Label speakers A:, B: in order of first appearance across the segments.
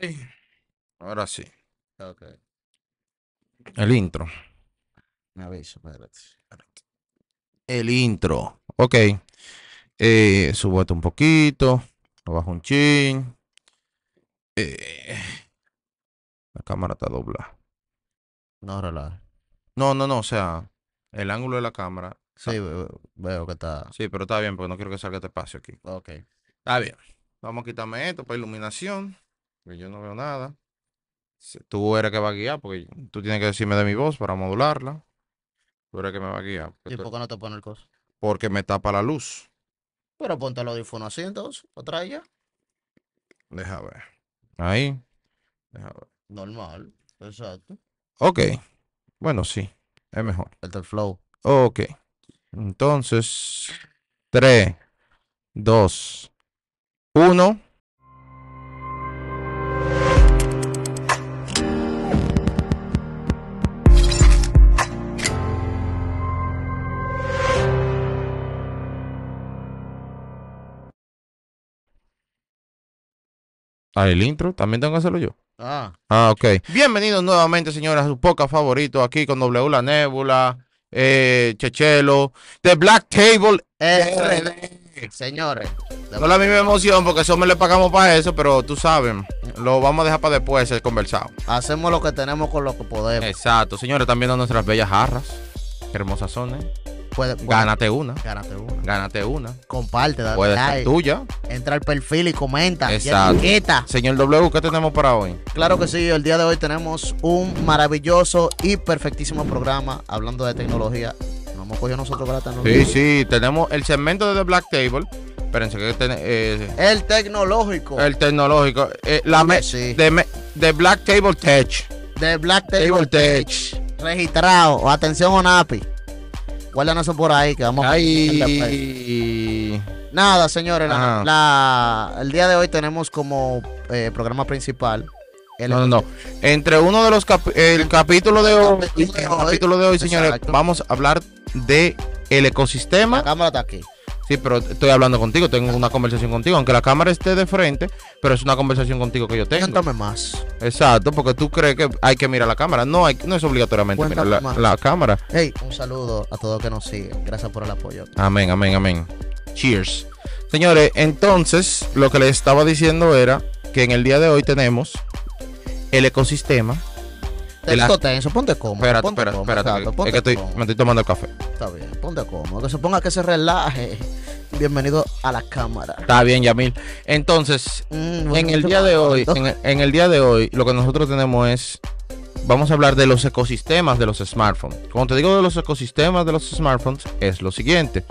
A: Ay, ahora sí.
B: Ok.
A: El intro.
B: Me aviso, espérate.
A: El intro. Ok. Eh, subo esto un poquito. Lo bajo un chin. Eh, la cámara está doblada.
B: No, relaja.
A: No, no, no. O sea, el ángulo de la cámara.
B: Sí, ve- ve- veo que está.
A: Sí, pero está bien porque no quiero que salga este espacio aquí.
B: Ok.
A: Está bien. Vamos a quitarme esto para iluminación. Porque Pues yo no veo nada. Si- Tú eres que va a guiar porque tú tienes que decirme de mi voz para modularla. Tú eres que me va a guiar. porque
B: ¿Y
A: tú-
B: por qué no te pone el coso?
A: porque me tapa la luz.
B: Pero ponte el audífono así entonces. Otra ya.
A: Deja ver. Ahí. Deja ver.
B: Normal. Exacto.
A: Ok. Bueno, sí. Es mejor.
B: Este el flow.
A: Ok. Entonces. 3, 2, 1. Ah, el intro. También tengo que hacerlo yo.
B: Ah,
A: Ah, ok. Bienvenidos nuevamente, señores, a su podcast favorito aquí con W La Nebula, eh, Chechelo, The Black Table
B: Eso es.
A: RD.
B: Este, señores.
A: No la misma emoción porque eso me le pagamos para eso, pero tú sabes, lo vamos a dejar para después el conversado.
B: Hacemos lo que tenemos con lo que podemos.
A: Exacto, señores, también a nuestras bellas jarras. Qué hermosas son, ¿eh?
B: Puede- puede-
A: Gánate una,
B: Gánate una.
A: gánate una.
B: Comparte, dale
A: Puede ser
B: like.
A: tuya.
B: Entra al perfil y comenta. y
A: Exacto.
B: etiqueta.
A: Señor W, ¿qué tenemos para hoy?
B: Claro que sí, el día de hoy tenemos un maravilloso y perfectísimo programa hablando de tecnología. Nos hemos cogido nosotros con la tecnología.
A: Sí, sí, tenemos el segmento de The Black Table. Espérense que ten- eh,
B: El tecnológico.
A: El tecnológico. eh, la me-
B: Sí.
A: de, me- de Black Table Tech.
B: de Black
A: Table
B: Table
A: Tech.
B: registrado. Atención, Onapi. Guardan eso por ahí que vamos a pues. ponerle play.
A: Ay.
B: Nada, señores. la-
A: Ajá.
B: la- el día de hoy tenemos como eh, programa principal el
A: No, no, no. Entre uno de los cap- el capítulo de hoy,
B: Capítulo de
A: el
B: hoy.
A: capítulo de hoy, señores,
B: Exacto.
A: vamos a hablar de el
B: La
A: ecosistema.
B: cámara está aquí.
A: Sí, pero estoy hablando contigo, tengo una conversación contigo, aunque la cámara esté de frente, pero es una conversación contigo que yo tengo.
B: Cuéntame más.
A: Exacto, porque tú crees que hay que mirar la cámara. No, hay, no es obligatoriamente mirar la,
B: Cuéntame más.
A: la cámara.
B: Hey, un saludo a todos que nos siguen. Gracias por el apoyo.
A: Amén, amén, amén. Cheers. Señores, entonces lo que les estaba diciendo era que en el día de hoy tenemos el ecosistema. De la-
B: Tenso, tenso, ponte cómodo.
A: Espérate,
B: ponte
A: espérate,
B: cómodo,
A: espérate.
B: exacto,
A: es
B: ponte
A: que estoy,
B: cómodo.
A: me estoy tomando el café.
B: Está bien, ponte cómodo. Que se ponga que se relaje. Bienvenido a la cámara.
A: Está bien, Yamil. Entonces,
B: Mm,
A: en el día de hoy, en el, en el día de hoy, lo que nosotros tenemos es. Vamos a hablar de los ecosistemas de los smartphones. Cuando te digo de los ecosistemas de los smartphones, es lo siguiente.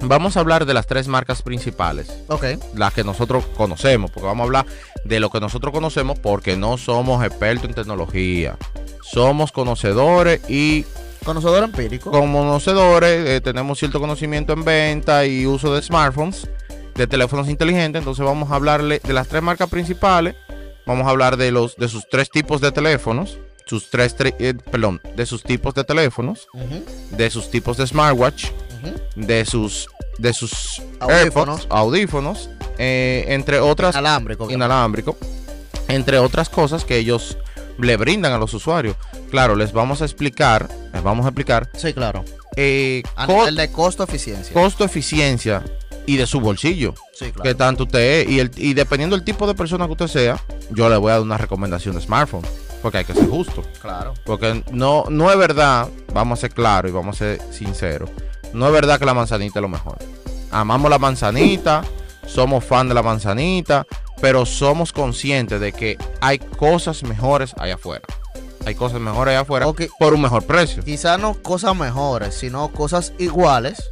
A: Vamos a hablar de las tres marcas principales.
B: Ok,
A: las que nosotros conocemos, porque vamos a hablar de lo que nosotros conocemos porque no somos expertos en tecnología. Somos conocedores y
B: conocedor empírico.
A: como conocedores eh, tenemos cierto conocimiento en venta y uso de smartphones, de teléfonos inteligentes, entonces vamos a hablarle de las tres marcas principales, vamos a hablar de los de sus tres tipos de teléfonos, sus tres tre- eh, perdón, de sus tipos de teléfonos,
B: Ujú,
A: de sus tipos de smartwatch,
B: ujú.
A: de sus de sus
B: Audífonos.
A: AirPods, audífonos, eh, entre otras
B: Alámbrico. obviamente.
A: inalámbrico, entre otras cosas que ellos le brindan a los usuarios. Claro, les vamos a explicar, les vamos a explicar
B: Sí, claro.
A: eh,
B: A
A: co-
B: nivel de costo eficiencia.
A: costo eficiencia y de su bolsillo,
B: sí,
A: que
B: claro.
A: tanto usted es, y, el- y dependiendo del tipo de persona que usted sea, yo le voy a dar una recomendación de smartphone, porque hay que ser justo.
B: Claro.
A: Porque no, no es verdad, vamos a ser claros y vamos a ser sinceros. No es verdad que la manzanita es lo mejor. Amamos la manzanita, somos fan de la manzanita, pero somos conscientes de que hay cosas mejores allá afuera. Hay cosas mejores allá afuera
B: Ok.
A: por un mejor precio
B: Quizás no cosas mejores, sino cosas iguales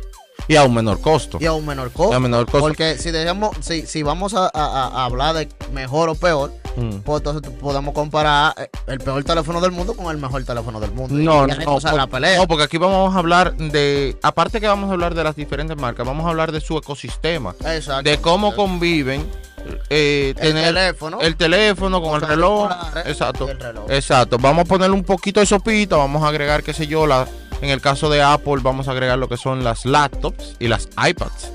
A: y a un menor costo.
B: y a un menor
A: Y a
B: costo.
A: un menor costo.
B: Porque si dejamos, si, si vamos a, a- a hablar de mejor o peor,
A: Mm.
B: pues entonces tú- podemos comparar eh, el peor teléfono del mundo con el mejor teléfono del mundo. Y
A: No,
B: ya
A: no,
B: entonces
A: por-
B: la pelea.
A: No, porque aquí vamos a hablar de, aparte que vamos a hablar de las diferentes marcas, vamos a hablar de su ecosistema,
B: Exacto.
A: de cómo conviven eh,
B: el
A: tener
B: teléfono.
A: el teléfono con el
B: los
A: reloj.
B: celulares,
A: Exacto. Eh,
B: el reloj.
A: Exacto. Vamos a ponerle un poquito de sopita. Vamos a agregar, qué sé yo, la, en el caso de Apple, vamos a agregar lo que son las laptops y las iPads.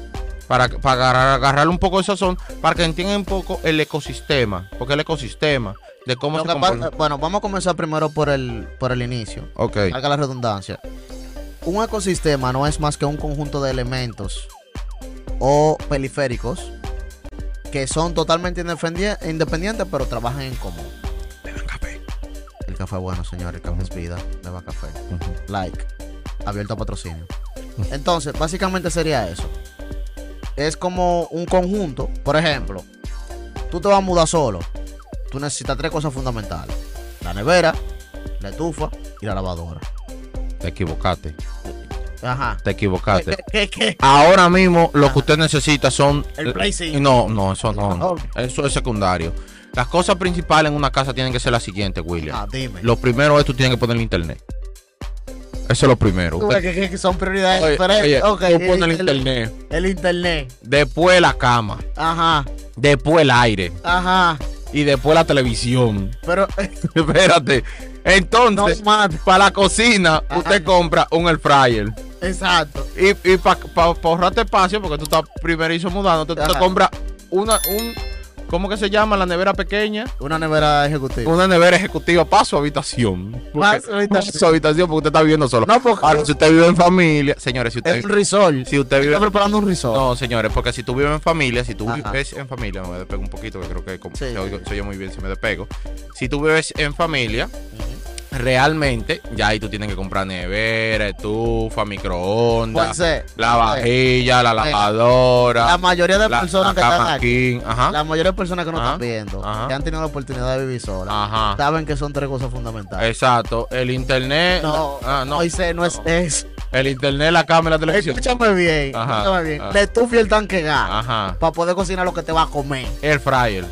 A: para, para agarrar, agarrar un poco de sazón, para que entiendan un poco el ecosistema, porque el ecosistema de cómo
B: Lo
A: se
B: que pa-
A: comporta.
B: bueno, vamos a comenzar primero por el, por el inicio.
A: Ok,
B: Haga la redundancia. Un ecosistema no es más que un conjunto de elementos o periféricos que son totalmente independi- independientes pero trabajan en común. El café es bueno, señor. El café es vida. Beba café. Like. Abierto a patrocinio. Entonces, básicamente sería eso. Es como un conjunto. Por ejemplo, tú te vas a mudar solo. Tú necesitas tres cosas fundamentales. La nevera, la estufa y la lavadora.
A: te equivocaste,
B: Ajá.
A: te equivocaste.
B: ¿Qué, qué?
A: Ahora mismo lo
B: Ajá.
A: que usted necesita son...
B: Ah.
A: eh,
B: El Play cinco.
A: No, no, eso no.
B: No.
A: Eso es secundario. Las cosas principales en una casa tienen que ser las siguientes, William.
B: Ah, dime.
A: Lo primero es tú tienes que poner el internet. Eso es lo primero.
B: Tú ves que- que- que son prioridades.
A: Oye,
B: pero es-
A: oye,
B: ok,
A: tú pones el,
B: el-
A: internet.
B: el internet.
A: Después la cama.
B: Ajá,
A: Después el aire.
B: ajá.
A: Y después la televisión.
B: Pero
A: Espérate.
B: no
A: Entonces,
B: más.
A: para la cocina,
B: Ajá.
A: usted compra un air fryer.
B: Exacto.
A: Y, para ahorrarte espacio, porque tú estás primerizo mudándote, tú te
B: Ajá.
A: compras una, un, ¿cómo que se llama? La nevera pequeña.
B: Una nevera ejecutiva.
A: Una nevera ejecutiva para su habitación.
B: Para
A: Porque-
B: su habitación.
A: para su habitación, porque usted está viviendo solo.
B: No, porque
A: Ahora, si usted vive en familia, señores, si usted,
B: es un risol.
A: si usted vive
B: Está preparando un risol.
A: No, señores, porque si tú vives en familia, si tú
B: Ajá.
A: vives en familia, me despego un poquito, que creo que como-
B: Sí,
A: te
B: sí.
A: oigo- se oye muy bien si me despego. Si tú vives en familia, realmente, ya ahí tú tienes que comprar nevera, estufa, microondas,
B: Juanse,
A: la vajilla, la lavadora,
B: eh, la mayoría de
A: la- la
B: personas que están
A: cama
B: aquí,
A: king, Ajá,
B: la mayoría de personas que nos
A: Ajá,
B: están viendo,
A: ajá.
B: que han tenido la oportunidad de vivir sola,
A: ajá.
B: saben que son tres cosas fundamentales.
A: Exacto, el internet,
B: no,
A: ah, no,
B: no, Moisés, no es
A: no.
B: eso.
A: el internet, la cámara, la televisión.
B: Escúchame bien,
A: Ajá, Ah.
B: escúchame bien.
A: ajá.
B: La estufa y el tanque de gas.
A: Ajá.
B: para poder cocinar lo que te va a comer.
A: Air fryer.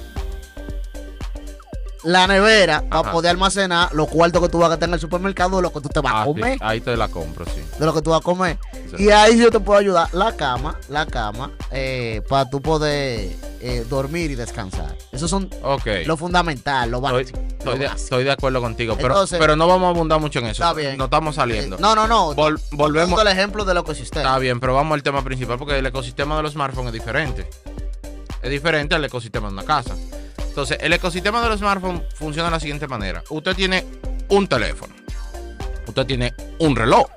B: La nevera para
A: Ajá.
B: poder almacenar los cuartos que tú vas a gastar en el supermercado, lo que tú te vas
A: Ah,
B: a
A: sí,
B: comer,
A: Ahí te la compro, sí.
B: de lo que tú vas a comer.
A: Sí.
B: Y ahí yo te puedo ayudar. La cama, la cama, eh, para tú poder eh, dormir y descansar. Eso son
A: Ok.
B: lo fundamental, lo
A: Estoy,
B: básico.
A: estoy de, estoy de acuerdo contigo, pero,
B: Entonces-
A: pero no vamos a abundar mucho en eso.
B: Está bien.
A: No estamos saliendo.
B: No, no, no.
A: Vol-
B: Volvemos
A: volvemos. Ah,
B: el ejemplo de lo que existe.
A: Está bien, pero vamos al tema principal porque el ecosistema de los smartphones es diferente. Es diferente al ecosistema de una casa. Entonces, el ecosistema de los smartphones funciona de la siguiente manera. Usted tiene un teléfono. Usted tiene un reloj.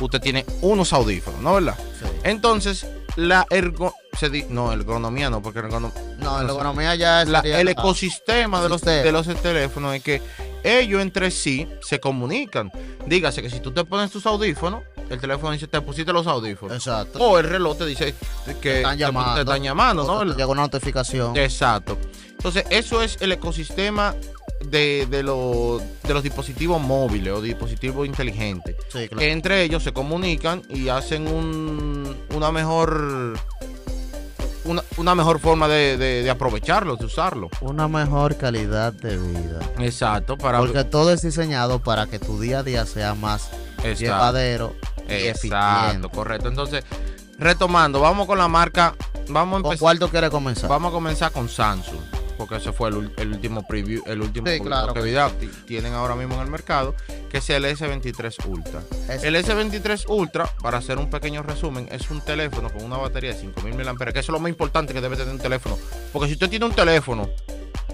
A: Usted tiene unos audífonos, ¿no verdad?
B: Sí.
A: Entonces, la ergo... se di- no, ergonomía no, porque ergonomía...
B: No,
A: no
B: en la
A: sé.
B: economía ya es.
A: la-
B: sería-
A: el ecosistema de los,
B: Ecosistema.
A: de los teléfonos es que ellos entre sí se comunican. Dígase que si tú te pones tus audífonos, el teléfono dice, te pusiste los audífonos.
B: Exacto.
A: O el reloj te dice que te
B: están
A: te
B: llamando.
A: están llamando,
B: O
A: ¿no?
B: te llegó una notificación.
A: Exacto. Entonces, eso es el ecosistema de, de lo- de los dispositivos móviles o dispositivos inteligentes.
B: Sí, claro.
A: Que entre ellos se comunican y hacen un- una mejor... Una, una mejor forma de, de- de aprovecharlo, de usarlo.
B: Una mejor calidad de vida.
A: Exacto, para
B: Porque todo es diseñado para que tu día a día sea más
A: exacto,
B: llevadero y
A: exacto,
B: eficiente.
A: correcto. Entonces, retomando, vamos con la marca, vamos a
B: ¿Con
A: empezar,
B: cuál tú quieres comenzar?
A: vamos a comenzar con Samsung, porque ese fue el, ul- el último preview, el último
B: Sí,
A: publicado
B: claro.
A: que video- ti- tienen ahora mismo en el mercado, que es el S23 Ultra.
B: Es-
A: El S23 Ultra, para hacer un pequeño resumen, es un teléfono con una batería de 5000 mAh, que eso es lo más importante que debe tener un teléfono. Porque si usted tiene un teléfono,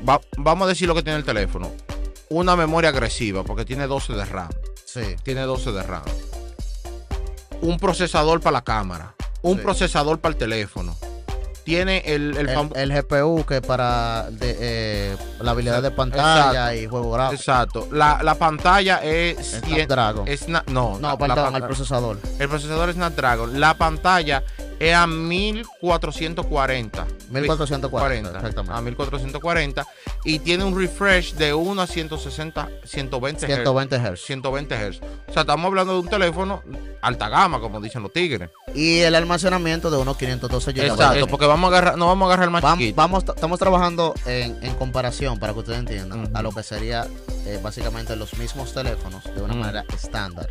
A: va- vamos a decir lo que tiene el teléfono. Una memoria agresiva, porque tiene 12 de RAM.
B: sí,
A: tiene 12 de RAM. Un procesador para la cámara. Un
B: Sí.
A: procesador para el teléfono. Tiene el, el
B: el,
A: fam-
B: el GPU que para de, eh, la habilidad de pantalla y juego gráfico.
A: Exacto. La, la pantalla es.
B: el
A: 100
B: Snapdragon.
A: es na- no, la-
B: no,
A: la
B: perdón,
A: pan-
B: el procesador.
A: el procesador es Snapdragon. La pantalla es a 1440. 40,
B: 1440,
A: A
B: exactamente.
A: 1440. Y tiene un refresh de 1 a 160, 120 Hz.
B: 120 Hz.
A: 120 Hz. O sea, estamos hablando de un teléfono alta gama, como dicen los tigres.
B: Y el almacenamiento de unos 512 GB.
A: Exacto, porque vamos a agarrar, no vamos a agarrar el más
B: Vam-
A: chiquito.
B: vamos, estamos trabajando en, en comparación para que ustedes entiendan
A: Ujú.
B: a lo que sería eh, básicamente los mismos teléfonos de una
A: Ujú.
B: manera estándar.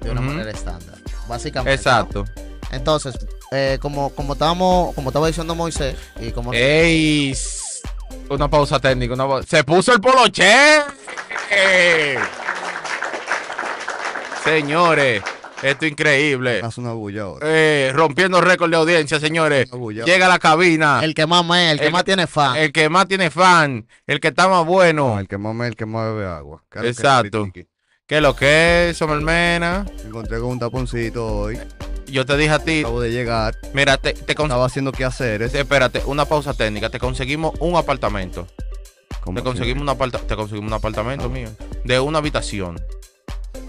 B: De una
A: Ujú.
B: manera estándar. Básicamente.
A: Exacto.
B: ¿no? Entonces, eh, como, como estábamos, como estaba diciendo Moisés, y como
A: Eh, Ey, s- una pausa técnica, una pausa. Se puso el poloche. Señores, Esto es increíble.
C: Haz una bulla ahora.
A: Eh, rompiendo récord de audiencia, señores.
C: Una Ah, bulla. ah.
A: Llega a la cabina. El,
B: El que más me, el que
A: El-
B: más tiene fan.
A: que más tiene fan. El que está más
C: No,
A: bueno.
C: el que más me, el que más bebe agua. Claro que
A: Exacto.
C: sí, Tiki.
A: ¿Qué es lo que es, Somermena?
C: Me encontré con un taponcito hoy.
A: Yo te dije a ti,
C: Acabo de llegar.
A: mira, te, te Eh, con- Eh,
C: Estaba haciendo quehaceres.
A: Espérate, una pausa técnica. Te conseguimos un apartamento.
C: ¿Cómo
A: Te
C: así?
A: conseguimos, un aparta- te conseguimos un apartamento mío. De una habitación.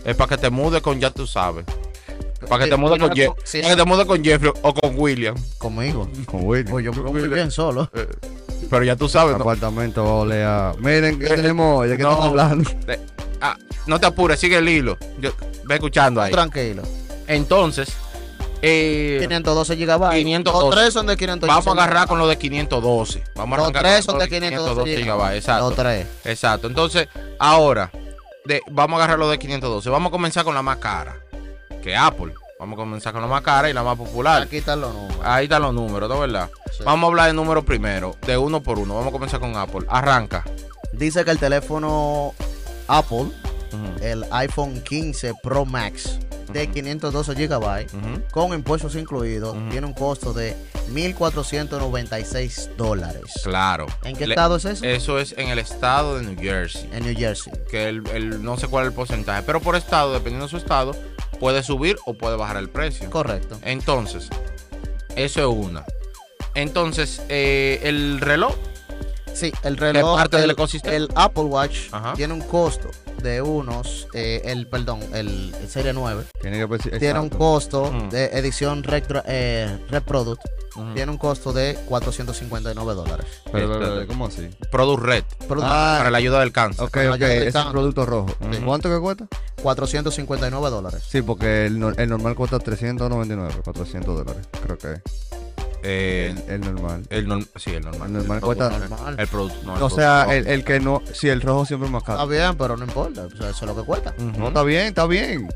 A: Es para que te mudes con, ya tú sabes. Para que te mudes con, Je-
B: Sí,
A: para que te mudes con Jeffrey o con William.
B: Conmigo.
C: Con Willy.
B: Pues yo me voy bien solo.
A: Eh, Pero ya tú sabes,
C: El
A: no,
C: apartamento va a oler a- Miren, ¿qué
A: Eh,
C: tenemos? ¿De qué
A: no.
C: estamos hablando?
A: Ah, no te apures, sigue el hilo. Yo, ve escuchando ahí.
B: Tranquilo.
A: Entonces, eh,
B: 512 gigabytes.
A: 512.
B: Los tres son de 512.
A: vamos a agarrar con lo de 512. Vamos a
B: Los
A: arrancar
B: tres
A: con
B: son
A: lo
B: de 512
A: gigabytes.
B: gigabytes.
A: Exacto.
B: Los tres.
A: Exacto. Entonces, ahora, de- vamos a agarrar lo de 512. Vamos a comenzar con la más cara, que Apple. Vamos a comenzar con la más cara y la más popular.
B: Aquí están los números.
A: Ahí están los números, ¿no verdad?
B: Sí.
A: Ah, Vamos a hablar de números primero, de uno por uno. Vamos a comenzar con Apple. Arranca.
B: Dice que el teléfono Apple,
A: Ujú,
B: el iPhone 15 Pro Max de
A: Ujú.
B: 512 gigabytes,
A: ujú.
B: con impuestos incluidos,
A: Ujú.
B: tiene un costo de 1.496 dólares.
A: Claro.
B: ¿En qué
A: Le- eh,
B: estado es eso?
A: Eso es en el estado de New Jersey.
B: En New Jersey.
A: que el, el- no sé cuál es el porcentaje, pero por estado, dependiendo de su estado, puede subir o puede bajar el precio.
B: Correcto.
A: Entonces, eso es una. Entonces, eh, el reloj,
B: Sí, el reloj.
A: parte
B: el,
A: del ecosistema?
B: El Apple Watch
A: Ajá.
B: tiene un costo de unos. eh, el, perdón, el, el Serie 9.
C: Tiene que preci-
B: Tiene un
C: Exacto.
B: costo
A: Mm.
B: de edición retro, eh, Reproduct.
A: ujú,
B: Tiene un costo de 459 dólares.
C: Pero,
A: Este,
C: pero, pero, ¿Cómo así?
A: Product Red,
B: Product,
A: para
C: Ah,
A: la ayuda del cáncer.
C: ok,
B: la
C: ok.
B: llave
C: Es
B: está-
C: un producto rojo.
A: Sí.
C: ¿Cuánto que cuesta?
B: 459 dólares.
C: Sí, porque el, nor- el normal cuesta 399, 400 dólares, creo que es.
A: Eh,
C: El, el normal.
A: el, norm- sí, el
C: El
A: normal.
C: normal
B: Está
C: cuesta.
B: normal.
A: El producto. no, el
C: O
A: producto.
C: sea, el, el que no. Sí, el rojo siempre es más
B: Está
A: Ah,
C: caro.
B: bien, pero no importa. o sea, eso es lo que cuesta.
A: Ujú.
C: No, está bien, está bien.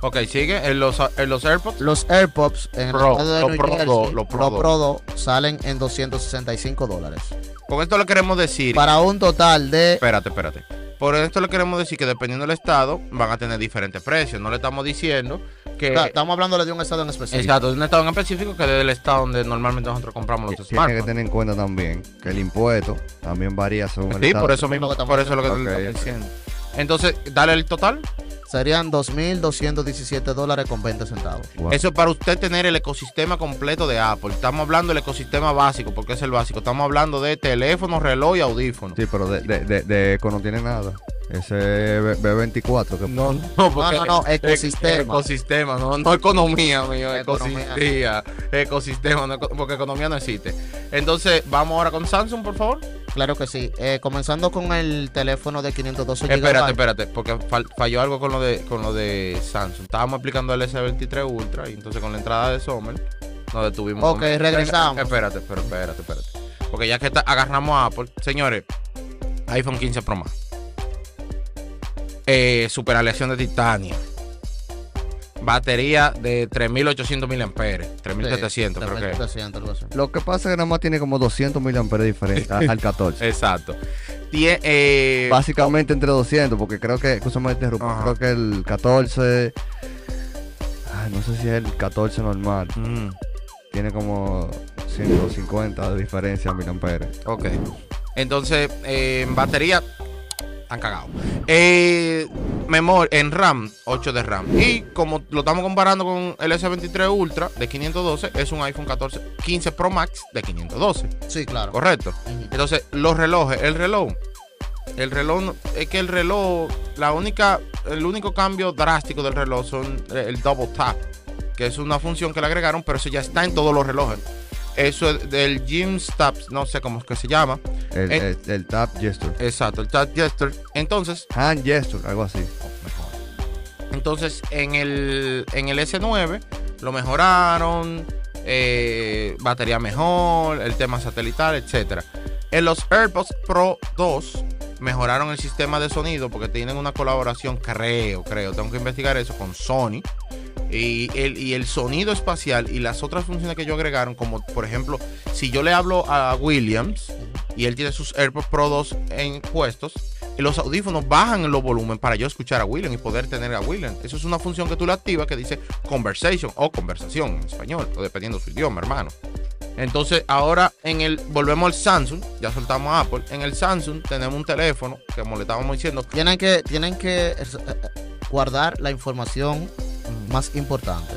A: Ok, sigue. En los, en los AirPods,
B: Los AirPods en el
A: Pro,
B: estado de
A: lo
B: New
A: Pro
B: Jersey,
A: dos, lo
B: lo
A: Pro
B: Pro
A: dos.
B: dos, salen en 265 dólares.
A: con esto le queremos decir.
B: Para un total de
A: Espérate, espérate. Por esto le queremos decir que dependiendo del estado, van a tener diferentes precios. No le estamos diciendo que.
B: Ta- Estamos hablando de un estado en específico.
A: Exacto, de un estado en específico que es el estado donde normalmente nosotros compramos los
C: Tiene que
A: smartphones.
C: tener en cuenta también que el impuesto también varía según el
A: Sí,
C: estado.
A: por eso mismo,
B: Lo que estamos
A: por eso es lo que te
C: haciendo.
A: estoy
C: Ok,
A: diciendo. Entonces, dale el total.
B: Serían 2.217 dólares con 20 centavos.
C: Wow.
A: Eso es para usted tener el ecosistema completo de Apple. Estamos hablando del ecosistema básico, porque es el básico. Estamos hablando de teléfono, reloj y audífono.
C: Sí, pero de, de, de, de eco no tiene nada. Ese B- B24 que
A: No, no, porque-
B: No, no, no, ecosistema.
A: e- Ecosistema, no, no economía, mío,
B: Economía.
A: ecosistema, ecosistema, no eco- porque economía no existe. Entonces, vamos ahora con Samsung, por favor.
B: Claro que sí. Eh, comenzando con el teléfono de 512 GB.
A: Espérate, espérate, porque fal- falló algo con lo de con lo de Samsung. Estábamos explicando el S23 Ultra y entonces con la entrada de Sommer nos detuvimos.
B: Ok,
A: con-
B: regresamos.
A: Espérate, pero espérate, espérate. Porque ya que está- agarramos a Apple, señores, iPhone 15 Pro Max. Eh, superaleación de titanio. Batería de 3800 mAh, 3700 creo que. es.
B: 3700, algo así.
C: Lo que pasa es que nada más tiene como 200 miliamperes diferentes al al 14.
A: Exacto. Tie- eh,
C: Básicamente entre 200, porque creo que, escúchame, te interrumpo,
A: Ajá.
C: creo que el 14, ay, no sé si es el 14 normal,
A: mm,
C: tiene como 150 de diferencia miliamperes.
A: Ok. Entonces, eh, en batería, han cagado. Eh, memor- en RAM, 8 de RAM. Y como lo estamos comparando con el S23 Ultra de 512, es un iPhone 14, 15 Pro Max de 512.
B: Sí, claro.
A: Correcto.
B: Ujú.
A: Entonces, los relojes, el reloj. El reloj, no- es que el reloj, la única, el único cambio drástico del reloj son eh, el double tap, que es una función que le agregaron, pero eso ya está en todos los relojes. Eso es del Gym Taps, no sé cómo es que se llama.
C: El,
A: Eh.
C: el- el tap gesture.
A: Exacto, el chat gesture. Entonces,
C: Hand gesture, algo así.
A: entonces en el, en el S9 lo mejoraron, eh, batería mejor, el tema satelital, etc. En los AirPods Pro 2 mejoraron el sistema de sonido porque tienen una colaboración, creo, creo, tengo que investigar eso con Sony. Y el, y el sonido espacial y las otras funciones que ellos agregaron, como por ejemplo, si yo le hablo a Williams, y él tiene sus AirPods Pro 2 en puestos, los audífonos bajan los volumen para yo escuchar a William y poder tener a William. Eso es una función que tú le activas que dice conversation o conversación en español, o dependiendo su idioma, hermano. Entonces, ahora en el volvemos al Samsung, ya soltamos a Apple. En el Samsung tenemos un teléfono que como le estábamos diciendo,
B: Tienen que, tienen que eh, guardar la información más importante.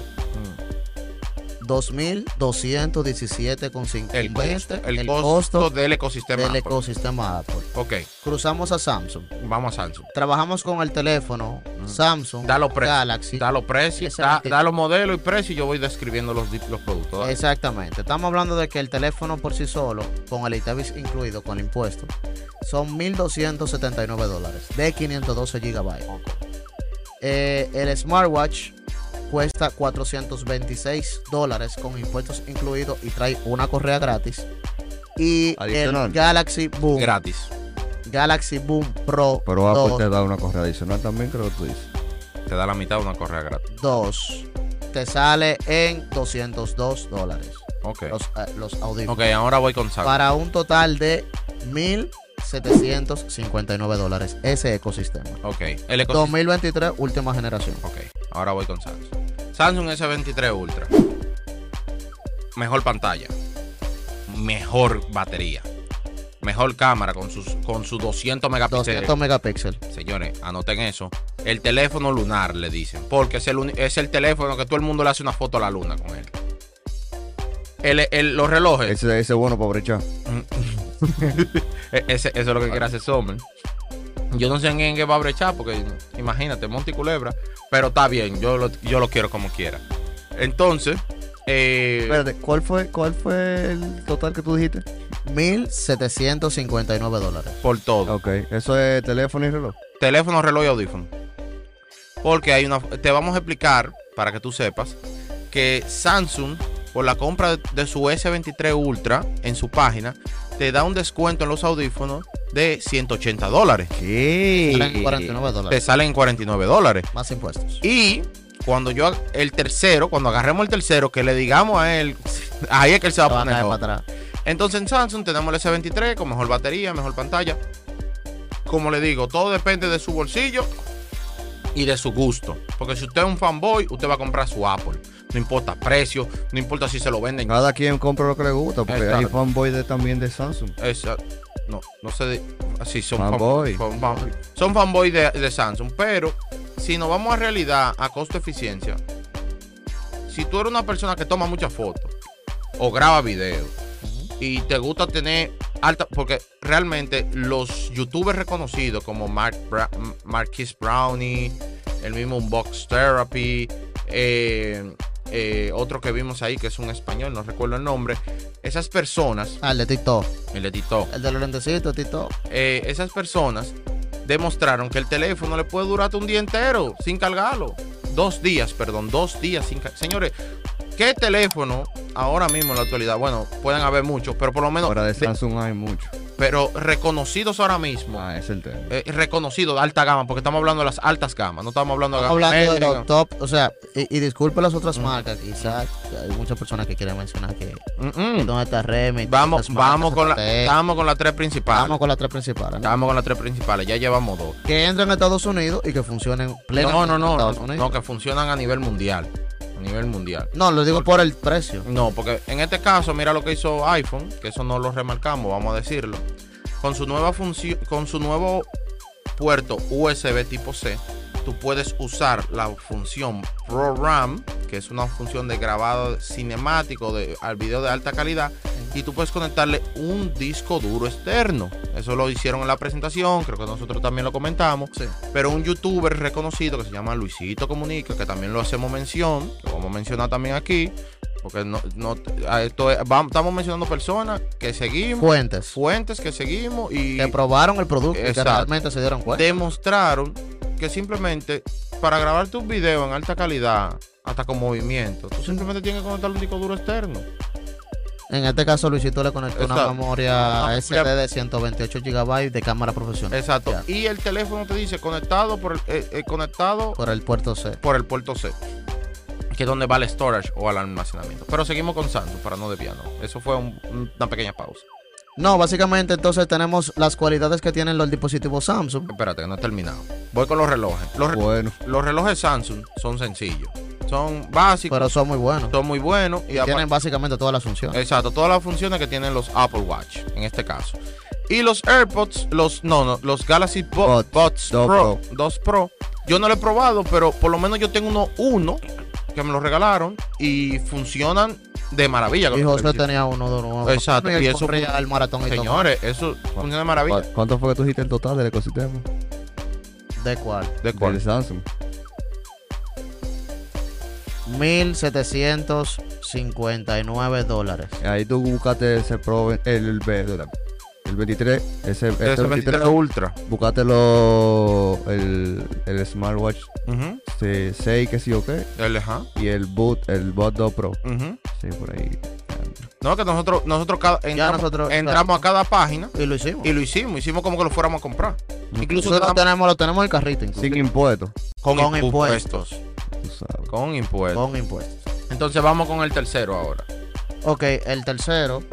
B: 2.217,50
A: el costo, el
B: el
A: costo
B: costo
A: del ecosistema.
B: del
A: Apple.
B: ecosistema Apple.
A: Ok,
B: Cruzamos a Samsung.
A: vamos a Samsung.
B: Trabajamos con el teléfono
A: Mm.
B: Samsung
A: Da los precios.
B: Galaxy.
A: Da los precios, da,
B: Exactamente.
A: da los modelos y precios y yo voy describiendo los, di- los productos. Dale.
B: Exactamente. Estamos hablando de que el teléfono por sí solo, con el ITAVIS incluido, con el impuesto, son 1.279 dólares de 512 gigabytes. Eh, el smartwatch cuesta 426 dólares con impuestos incluidos y trae una correa gratis. Y
C: Adicional.
B: el Galaxy Boom,
A: Gratis.
B: Galaxy Boom Pro
C: Pero Apple
B: 2,
C: te da una correa adicional también, creo que tú dices.
A: Te da la mitad de una correa gratis.
B: 2, te sale en 202 dólares
A: Ok.
B: los, eh, los audífonos.
A: Ok, ahora voy con Samsung.
B: para un total de 1.759 dólares ese ecosistema.
A: Ok. El ecosistema.
B: 2023, última generación.
A: Ok, ahora voy con Samsung. Samsung S23 Ultra. Mejor pantalla. Mejor batería. Mejor cámara con sus con sus 200 megapíxeles.
B: 200 megapíxeles.
A: Señores, anoten eso. El teléfono lunar, le dicen. Porque es el, uni- es el teléfono que todo el mundo le hace una foto a la luna con él. El- el- los relojes.
C: Ese, ese es bueno para brechar.
A: E- ese- eso es lo que quiere hacer Sommer. Yo no sé en quién que va a brechar, porque imagínate, Monte y Culebra. Pero está bien, yo lo, yo lo quiero como quiera. Entonces, eh,
C: Espérate, ¿cuál fue, ¿cuál fue el total que tú dijiste?
B: 1.759 dólares.
A: por todo.
C: Ok, eso es teléfono y reloj.
A: Teléfono, reloj y audífono. Porque hay una. Te vamos a explicar, para que tú sepas, que Samsung, por la compra de, de su S23 Ultra en su página, te da un descuento en los audífonos de 180 dólares.
B: Salen
C: ¿Qué?
B: 49
A: Te
B: dólares.
A: salen 49 dólares.
B: Más impuestos.
A: Y cuando yo, ag- el tercero, cuando agarremos el tercero, que le digamos a él, ahí es que él se va
B: Te va
A: a
B: a
A: poner.
B: caer
A: hot.
B: para atrás.
A: Entonces en Samsung tenemos el S23 con mejor batería, mejor pantalla. Como le digo, todo depende de su bolsillo y de su gusto. Porque si usted es un fanboy, usted va a comprar su Apple. No importa precio, no importa si se lo venden.
C: Cada quien compra lo que le gusta, porque
A: Exacto.
C: hay fanboy de, también de Samsung.
A: Esa- no, no sé. de- Así son fan-
C: Fanboy.
A: fan- fan- son fanboy de, de Samsung. Pero si nos vamos a realidad, a costo-eficiencia, si tú eres una persona que toma muchas fotos o graba videos y te gusta tener alta. Porque realmente los youtubers reconocidos como Mark Bra- Marquis Brownie, el mismo Unbox Therapy, eh, eh, otro que vimos ahí que es un español, no recuerdo el nombre. Esas personas,
B: Ah, el de TikTok.
A: el de TikTok,
B: El de los lentecitos, TikTok.
A: eh, esas personas demostraron que el teléfono le puede durar hasta un día entero sin cargarlo. Dos días, perdón, dos días sin cargarlo. Señores, ¿qué teléfono ahora mismo en la actualidad? Bueno, pueden haber muchos, pero por lo menos,
C: Fuera de
A: de-
C: Samsung hay mucho.
A: pero reconocidos ahora mismo.
C: Ah, ese es el tema.
A: eh, reconocidos de alta gama, porque estamos hablando de las altas gamas, no estamos hablando de
B: Estamos
A: gamas
B: hablando de
A: métricas.
B: los top. O sea, y, y disculpe las otras marcas. Quizás hay muchas personas que quieren mencionar que
A: Mm, mm.
B: dónde está Remy.
A: Vamos, vamos con la,
B: Vamos
A: estamos con las tres principales.
B: E. con las tres principales. ¿no?
A: Estamos con las tres principales, ya llevamos dos.
B: Que entran a Estados Unidos y que funcionen plenamente
A: No, no,
B: en
A: no,
B: Estados
A: no,
B: Unidos.
A: no, que funcionan a nivel mundial. A nivel mundial.
B: No, lo digo por el precio.
A: No, porque en este caso, mira lo que hizo iPhone, que eso no lo remarcamos, vamos a decirlo. Con su nueva función, con su nuevo puerto USB tipo C, tú puedes usar la función ProRAM, que es una función de grabado cinemático de, al video de alta calidad, y tú puedes conectarle un disco duro externo. Eso lo hicieron en la presentación, creo que nosotros también lo comentamos. Pero un youtuber reconocido que se llama Luisito Comunica, que también lo hacemos mención, lo vamos a mencionar también aquí, porque no, no- a esto es- vam- estamos mencionando personas que seguimos,
B: Fuentes
A: fuentes que seguimos y
B: que probaron el producto y que
A: Exacto.
B: realmente se dieron cuenta.
A: demostraron que simplemente para grabar tu video en alta calidad, hasta con movimiento, tú simplemente tienes que conectar un disco duro externo.
B: En este caso, Luisito le conectó una
A: Exacto. Ah,
B: memoria
A: Una
B: SD de 128 GB de cámara profesional
A: Exacto.
B: Ya.
A: Y el teléfono te dice conectado por el, eh, eh, conectado
B: por el puerto C.
A: por el puerto C, que es donde va el storage o al almacenamiento. Pero seguimos con Samsung para no desviarnos. Eso fue un- una pequeña pausa.
B: No, básicamente entonces tenemos las cualidades que tienen los dispositivos Samsung.
A: Espérate, que no he terminado. Voy con los relojes. Los, re-
C: Bueno,
A: los relojes Samsung son sencillos. Son básicos,
B: Pero son muy buenos.
A: son muy buenos y aparte-
B: Tienen básicamente todas las funciones.
A: Exacto, todas las funciones que tienen los Apple Watch, en este caso. Y los AirPods, los no, no, los Galaxy Bo-
C: Buds,
A: Buds
C: dos
A: Pro, 2 Pro. Yo no lo he probado, pero por lo menos yo tengo uno, uno, que me lo regalaron y funcionan de maravilla.
B: Y José tenía uno de nuevo.
A: Exacto,
B: Y,
A: y
B: eso
A: eso
B: corría el maratón y todo.
A: Señores, eso funciona de maravilla.
C: ¿cu- ¿cuánto fue que tú dijiste en total del ecosistema?
B: ¿De cuál?
A: ¿De
C: Del
A: cuál?
C: Samsung.
B: 1759 dólares.
C: Ahí tú buscaste ese Pro, el, el, el- el 23, ese,
A: s
C: este
A: 23
C: 23,
A: Ultra.
C: buscaste lo, el, el smartwatch
A: Ujú,
C: 6, que sí o qué,
A: el, ajá,
C: y el boot, el bot 2 Pro.
A: ujú.
C: Sí, por ahí.
A: No, que nosotros, nosotros cada- entramos,
B: nosotros-
A: entramos a cada página
B: Y lo hicimos.
A: y lo hicimos. Hicimos como que lo fuéramos a comprar. Incluso
B: Nosotros
A: tratamos-
B: tenemos, lo tenemos en el carrito incluso.
C: Sin impuestos,
A: con,
B: con
A: impuestos.
C: tú sabes.
A: Con impuestos.
B: Con impuestos.
A: Entonces vamos con el tercero ahora.
B: Ok, el tercero.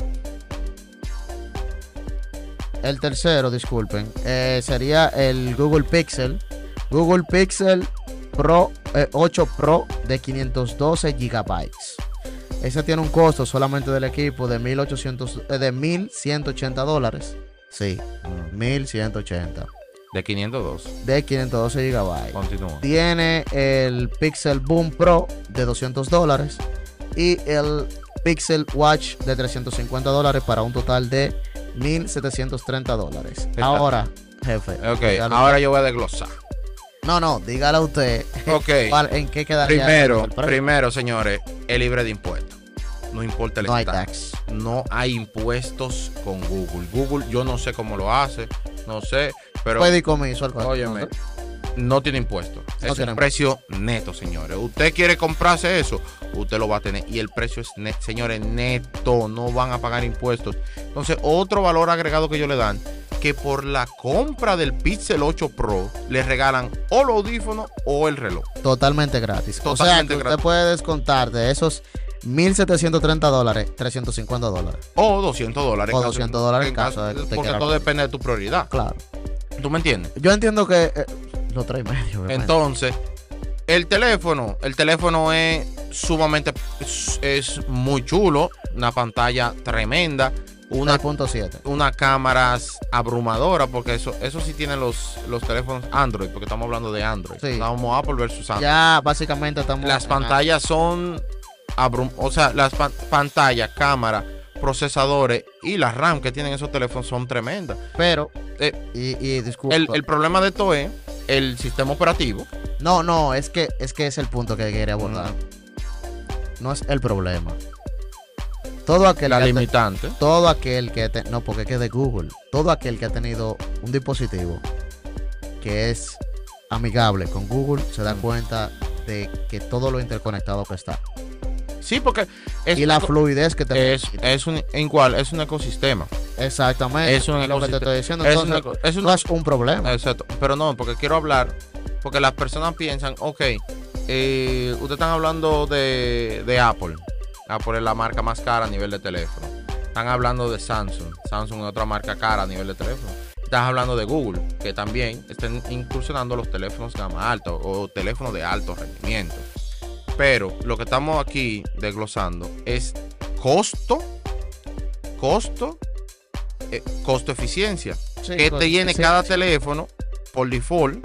B: El tercero, disculpen. eh, sería el Google Pixel. Google Pixel Pro eh, 8 Pro de 512 GB. Ese tiene un costo solamente del equipo de 1800, eh, de 1180 dólares. Sí, Mm. 1180.
A: De 502.
B: De 512 GB.
A: Continúa.
B: Tiene el Pixel Boom Pro de 200 dólares y el Pixel Watch de 350 dólares para un total de 1.730 dólares.
A: Está.
B: Ahora, jefe.
A: Ok,
B: dígalo-
A: ahora yo voy a desglosar.
B: No, no, dígale usted
A: Ok.
B: cuál- en qué quedaría.
A: primero,
B: el precio.
A: primero, señores, es libre de impuestos. No importa el
B: no hay
A: estado.
B: tax.
A: No hay impuestos con Google. Google, yo no sé cómo lo hace, no sé, pero
B: Puede ir conmigo al
A: óyeme, no tiene impuestos.
B: No
A: es
B: tiene
A: un precio neto, señores. Usted quiere comprarse eso, usted lo va a tener y el precio es, ne- señores, neto, no van a pagar impuestos. Entonces, otro valor agregado que ellos le dan, que por la compra del Pixel 8 Pro le regalan o los audífonos o el reloj.
B: Totalmente gratis. o sea,
A: Totalmente
B: que usted
A: gratis.
B: puede descontar de esos 1.730 dólares, 350 dólares.
A: O 200 dólares.
B: O
A: en caso-
B: 200 dólares en caso de que usted
A: Porque
B: quiera
A: todo
B: comprar.
A: depende de tu prioridad.
B: Claro.
A: ¿Tú me entiendes?
B: Yo entiendo que... eh, los tres y medio. obviamente.
A: Entonces, el teléfono, el teléfono es sumamente, es, es muy chulo, una pantalla tremenda, una,
B: 1.7.
A: una cámara abrumadora, porque eso, eso sí tienen los, los teléfonos Android, porque estamos hablando de Android.
B: Sí.
A: Estamos Apple versus Android.
B: Ya básicamente estamos.
A: Las
B: en-
A: pantallas son, abrum- o sea, las pan- pantallas, cámara, procesadores y la RAM que tienen esos teléfonos son tremendas.
B: Pero.
A: Eh,
B: y, y disculpa.
A: El, el problema de esto es el sistema operativo.
B: No, no, es que es que es el punto que quería abordar. No es el problema. Todo aquel,
A: Mm. la
B: que ha te-
A: limitante.
B: todo aquel que te- no, porque es que es de Google. Todo aquel que ha tenido un dispositivo que es amigable con Google se
A: Mm.
B: da cuenta de que todo lo interconectado que está
A: Sí, porque es,
B: y la fluidez que te
A: es, es un en cual, es un ecosistema.
B: exactamente
A: Es un
B: lo que te
A: ecosistema.
B: estoy diciendo.
A: Es un
B: Entonces,
A: eco- es un-
B: no es un problema.
A: Ah, exacto. Pero no, porque quiero hablar. Porque las personas piensan, ok, eh, ustedes están hablando de, de Apple. Apple es la marca más cara a nivel de teléfono. Están hablando de Samsung. Samsung es otra marca cara a nivel de teléfono. Estás hablando de Google, que también están incursionando los teléfonos gama alta o teléfonos de alto rendimiento. Pero lo que estamos aquí desglosando es costo, costo, eh, costo-eficiencia.
B: Sí,
A: que
B: co-
A: tiene
B: sí.
A: cada teléfono por default,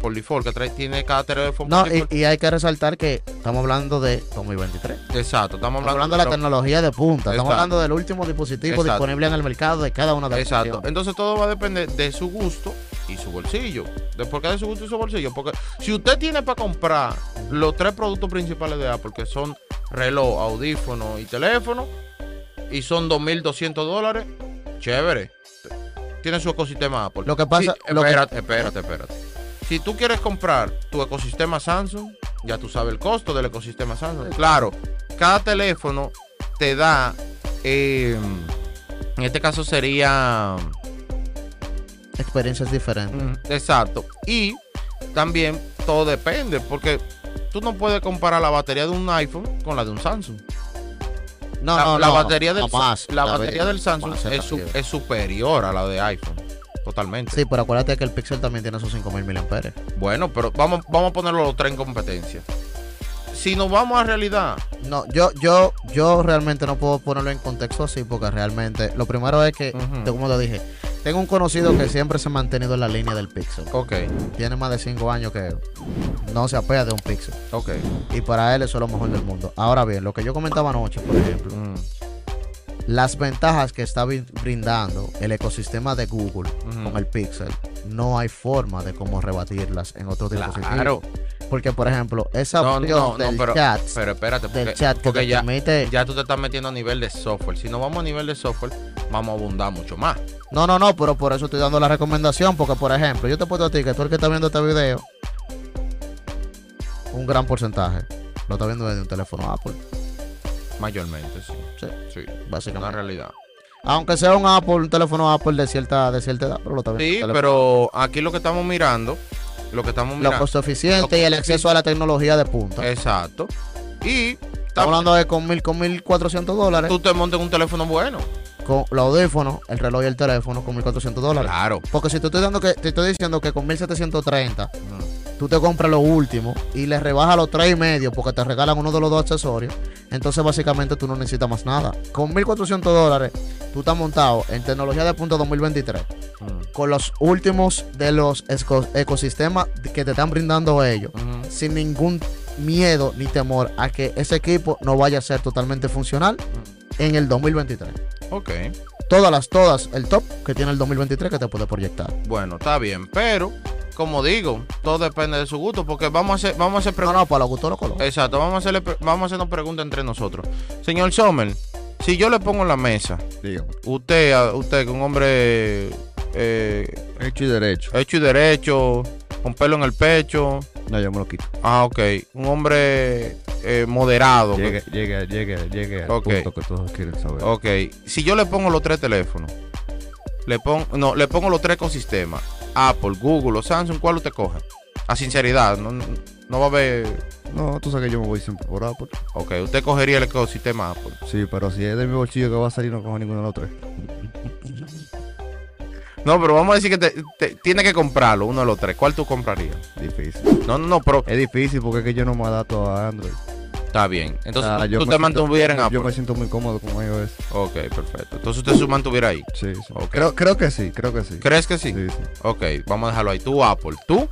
A: por default, que trae- tiene cada teléfono
B: No,
A: por
B: y,
A: default.
B: y hay que resaltar que estamos hablando de 2023. Estamos
A: Exacto, estamos hablando,
B: hablando de la
A: estamos-
B: tecnología de punta. Estamos
A: Exacto.
B: hablando del último dispositivo
A: Exacto.
B: disponible en el mercado de cada una de las
A: Exacto.
B: opciones.
A: Entonces todo va a depender de su gusto y su bolsillo. ¿De ¿Por qué de su gusto y su bolsillo? Porque si usted tiene para comprar los tres productos principales de Apple, que son reloj, audífono y teléfono, y son 2.200 dólares, chévere. Tiene su ecosistema Apple.
B: Lo que pasa-
A: Sí,
B: lo que-
A: espérate, espérate, espérate. Si tú quieres comprar tu ecosistema Samsung, ya tú sabes el costo del ecosistema Samsung. Claro, cada teléfono te da, eh, en este caso sería...
B: Experiencias diferentes.
A: Mm, Exacto. Y también todo depende, porque tú no puedes comparar la batería de un iPhone con la de un Samsung.
B: No,
A: la,
B: no,
A: la
B: no,
A: batería del,
B: jamás.
A: la
B: La
A: batería
B: batería-
A: del Samsung
B: jamás,
A: es, su-
B: efectivo.
A: es superior a la de iPhone. Totalmente.
B: Sí, pero acuérdate que el Pixel también tiene esos 5000 mAh.
A: Bueno, pero vamos, vamos a ponerlo los tres en competencia. Si nos vamos a realidad,
B: No, yo, yo, yo realmente no puedo ponerlo en contexto así porque realmente lo primero es que,
A: Ujú.
B: te- como te dije, tengo un conocido que siempre se ha mantenido en la línea del Pixel.
A: ok,
B: Tiene más de 5 años que no se apea de un Pixel.
A: ok.
B: Y para él eso es lo mejor del mundo. Ahora bien, lo que yo comentaba anoche, por ejemplo,
A: Mm,
B: las ventajas que está brin- brindando el ecosistema de Google
A: ujú.
B: con el Pixel, no hay forma de cómo rebatirlas en otro dispositivos.
A: Claro.
B: Porque, por ejemplo, esa
A: No,
B: opción
A: no, no,
B: del
A: pero,
B: chat,
A: pero espérate, porque,
B: del chat que
A: porque
B: te
A: ya,
B: permite-
A: ya tú te estás metiendo a nivel de software. Si no vamos a nivel de software, vamos a abundar mucho más.
B: No, no, no, pero por eso estoy dando la recomendación. Porque, por ejemplo, yo te puedo a ti que tú el que está viendo este video, un gran porcentaje lo está viendo desde un teléfono Apple,
A: Mayormente, sí.
B: Sí.
A: sí. Una
B: básicamente.
A: realidad.
B: Aunque sea un Apple, un teléfono Apple de cierta, de cierta edad, pero lo está
A: Sí,
B: viendo. en un teléfono.
A: pero aquí lo que estamos mirando, lo que estamos
B: lo
A: mirando.
B: costo eficiente
A: lo-
B: y el acceso a la tecnología de punta.
A: Exacto. Y
B: Estamos hablando de con mil, con mil cuatrocientos dólares,
A: tú te montes un teléfono bueno.
B: con los audífonos, el reloj y el teléfono con mil cuatrocientos dólares.
A: Claro.
B: Porque si te estoy dando que, te estoy diciendo que con 1730
A: Mm.
B: tú te compras lo último y le rebajas los tres y medio porque te regalan uno de los dos accesorios, entonces básicamente tú no necesitas más nada. Con 1.400 dólares, tú estás montado en tecnología de punta 2023
A: Mm.
B: con los últimos de los esco- ecosistemas que te están brindando ellos,
A: Ujú.
B: sin ningún miedo ni temor a que ese equipo no vaya a ser totalmente funcional en el 2023.
A: Ok.
B: Todas las, todas, el top que tiene el 2023 que te puede proyectar.
A: Bueno, está bien. Pero, como digo, todo depende de su gusto. Porque vamos a hacer, vamos a hacer
B: No,
A: preguntas.
B: no, para los gustos los colores.
A: Exacto, vamos a hacerle pre- vamos a hacernos preguntas entre nosotros. Señor Sommer, si yo le pongo en la mesa,
C: Dígame.
A: usted, a- usted que es un hombre eh,
C: Hecho y derecho.
A: hecho y derecho, con pelo en el pecho,
C: No, yo me lo quito.
A: ah, ok, un hombre eh, moderado.
C: Llegue, llegue, llegue, llegue al
A: Ok.
C: punto que todos quieren saber.
A: Ok, si yo le pongo los tres teléfonos, le pongo, no, le pongo los tres ecosistemas, Apple, Google o Samsung, ¿cuál usted coge? A sinceridad, no, no- no va a haber...
C: No, tú sabes que yo me voy siempre por Apple.
A: Ok, usted cogería el ecosistema Apple.
C: Sí, pero si es de mi bolsillo que va a salir, no cojo ninguno de los tres.
A: No, pero vamos a decir que te, te- tiene que comprarlo, uno de los tres. ¿Cuál tú comprarías?
C: Difícil.
A: No, no, no, pero
C: Es difícil porque es que yo no me adapto a Android.
A: está bien. Entonces
C: Ah,
A: tú-
C: yo
A: tú
C: me
A: te
C: siento-
A: mantuvieras en
C: Yo
A: Apple.
C: me siento muy cómodo con iOS.
A: Ok, perfecto. Entonces usted se mantuviera ahí.
C: Sí, sí.
A: Ok.
C: Creo, creo que sí, creo que sí.
A: ¿Crees que sí?
C: Sí, sí.
A: Ok, vamos a dejarlo ahí. Tú, Apple. ¿Tú?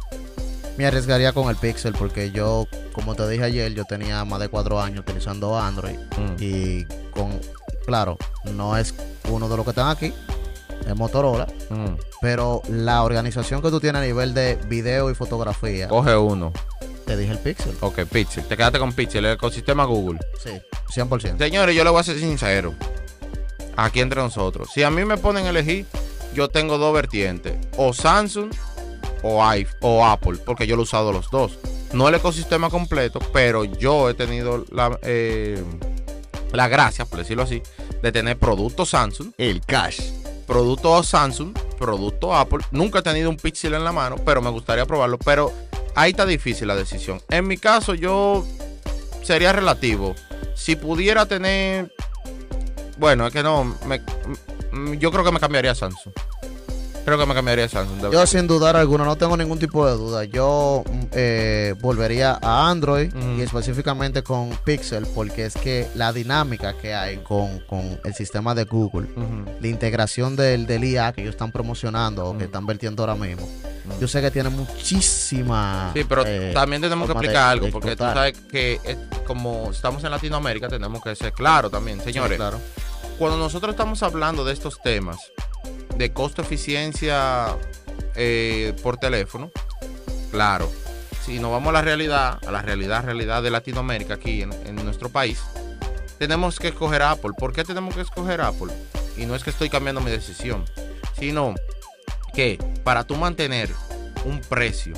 B: me arriesgaría con el Pixel porque yo, como te dije ayer, yo tenía más de cuatro años utilizando Android
C: Mm.
B: y con, claro, no es uno de los que están aquí, es Motorola,
A: Mm.
B: pero la organización que tú tienes a nivel de video y fotografía,
A: Coge uno.
B: te dije el Pixel,
A: Ok, Pixel. Te quedaste con Pixel, el ecosistema Google.
B: sí, 100%.
A: Señores, yo le voy a ser sincero. Aquí entre nosotros. Si a mí me ponen a elegir, yo tengo dos vertientes. O Samsung o, iPhone, o Apple. Porque yo lo he usado los dos. No el ecosistema completo, pero yo he tenido la, eh, la gracia, por decirlo así, de tener productos Samsung,
C: El cash.
A: productos Samsung, productos Apple. Nunca he tenido un Pixel en la mano, pero me gustaría probarlo. Pero ahí está difícil la decisión. En mi caso, yo sería relativo. Si pudiera tener. Bueno, es que no. me- mm, yo creo que me cambiaría a Samsung. Creo que me cambiaría a Samsung. de verdad.
B: Yo sin dudar alguna, no tengo ningún tipo de duda. Yo mm, eh, volvería a Android
A: Ujú.
B: y específicamente con Pixel porque es que la dinámica que hay con, con el sistema de Google
A: Ujú,
B: la integración del, del IA que ellos están promocionando o
A: Mm.
B: que están vertiendo ahora mismo.
A: ujú.
B: Yo sé que tiene muchísima.
A: Sí, pero
B: eh,
A: también tenemos que
B: forma de-
A: explicar algo,
B: de
A: porque tú
B: explotar.
A: sabes que eh, como estamos en Latinoamérica, tenemos que ser claros también, señores.
B: claro.
A: cuando nosotros estamos hablando de estos temas de costo eficiencia eh, por teléfono, claro, si nos vamos a la realidad, a la realidad, realidad de Latinoamérica aquí en, en nuestro país, tenemos que escoger Apple. ¿Por qué tenemos que escoger Apple? Y no es que estoy cambiando mi decisión, sino que para tú mantener un precio,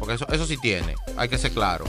A: porque eso, eso sí tiene, hay que ser claro.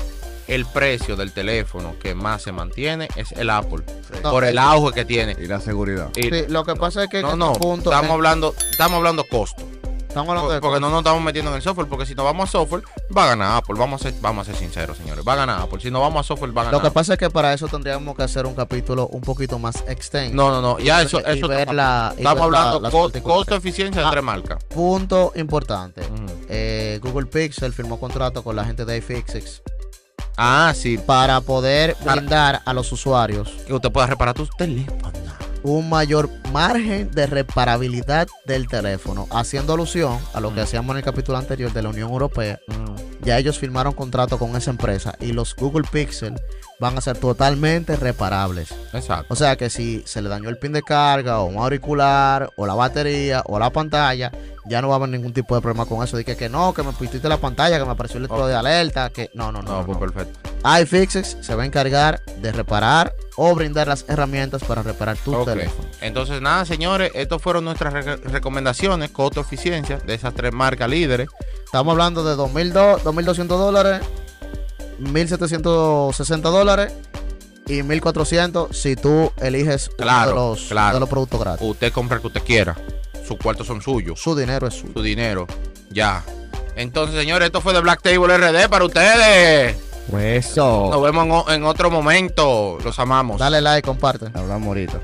A: El precio del teléfono que más se mantiene es el Apple,
B: No,
A: por el
B: eh,
A: auge que tiene.
C: Y la seguridad.
A: Y-
B: sí, lo que pasa es que en
A: no,
B: este
A: no,
B: punto,
A: estamos
B: en-
A: hablando, estamos hablando costo.
B: Estamos hablando
A: Por-
B: de
A: Porque no nos estamos metiendo en el software, porque si nos vamos a software, va a ganar Apple. Vamos a ser, vamos a ser sinceros, señores. Va a ganar Apple. Si nos vamos a software, va a
B: Lo
A: ganar.
B: que pasa es que para eso tendríamos que hacer un capítulo un poquito más
A: Apple.
B: extenso.
A: no, no, no. Ya eso,
B: Y
A: eso
B: ver la- y
A: estamos
B: ver la-
A: hablando
B: las
A: costo,
B: partículas.
A: eficiencia
B: Ah.
A: entre marcas. Mm.
B: Punto importante.
A: Ujú.
B: Eh, Google Pixel firmó contrato con la gente de iFixix
A: Ah, sí.
B: para poder
A: Para-
B: brindar a los usuarios
A: Que usted pueda reparar tus teléfonos.
B: un mayor margen de reparabilidad del teléfono, haciendo alusión a lo que
A: Mm.
B: hacíamos en el capítulo anterior de la Unión Europea.
A: Mm.
B: Ya ellos firmaron contrato con esa empresa y los Google Pixel van a ser totalmente reparables.
A: Exacto.
B: O sea que si se le dañó el pin de carga o un auricular o la batería o la pantalla, ya no va a haber ningún tipo de problema con eso. De que, que no, que me pintiste la pantalla, que me apareció el letrero de alerta, que no, no, no.
A: No,
B: no,
A: pues
B: no.
A: perfecto.
B: iFixix se va a encargar de reparar o brindar las herramientas para reparar tu
A: Ok.
B: teléfono.
A: Entonces, nada, señores, estas fueron nuestras re- recomendaciones, costo eficiencia de esas tres marcas líderes.
B: Estamos hablando de 2.002 2.200 dólares, 1.760 dólares y 1.400 si tú eliges uno
A: Claro,
B: de, los,
A: claro.
B: de los productos gratis.
A: Usted compra el que usted quiera. Sus cuartos son suyos.
B: Su dinero es suyo.
A: Su dinero. Ya. Entonces, señores, esto fue de Black Table RD para ustedes.
C: Pues eso.
B: Oh.
A: Nos vemos en o- en otro momento. Los amamos.
B: Dale like, comparte.
C: Hablamos ahorita.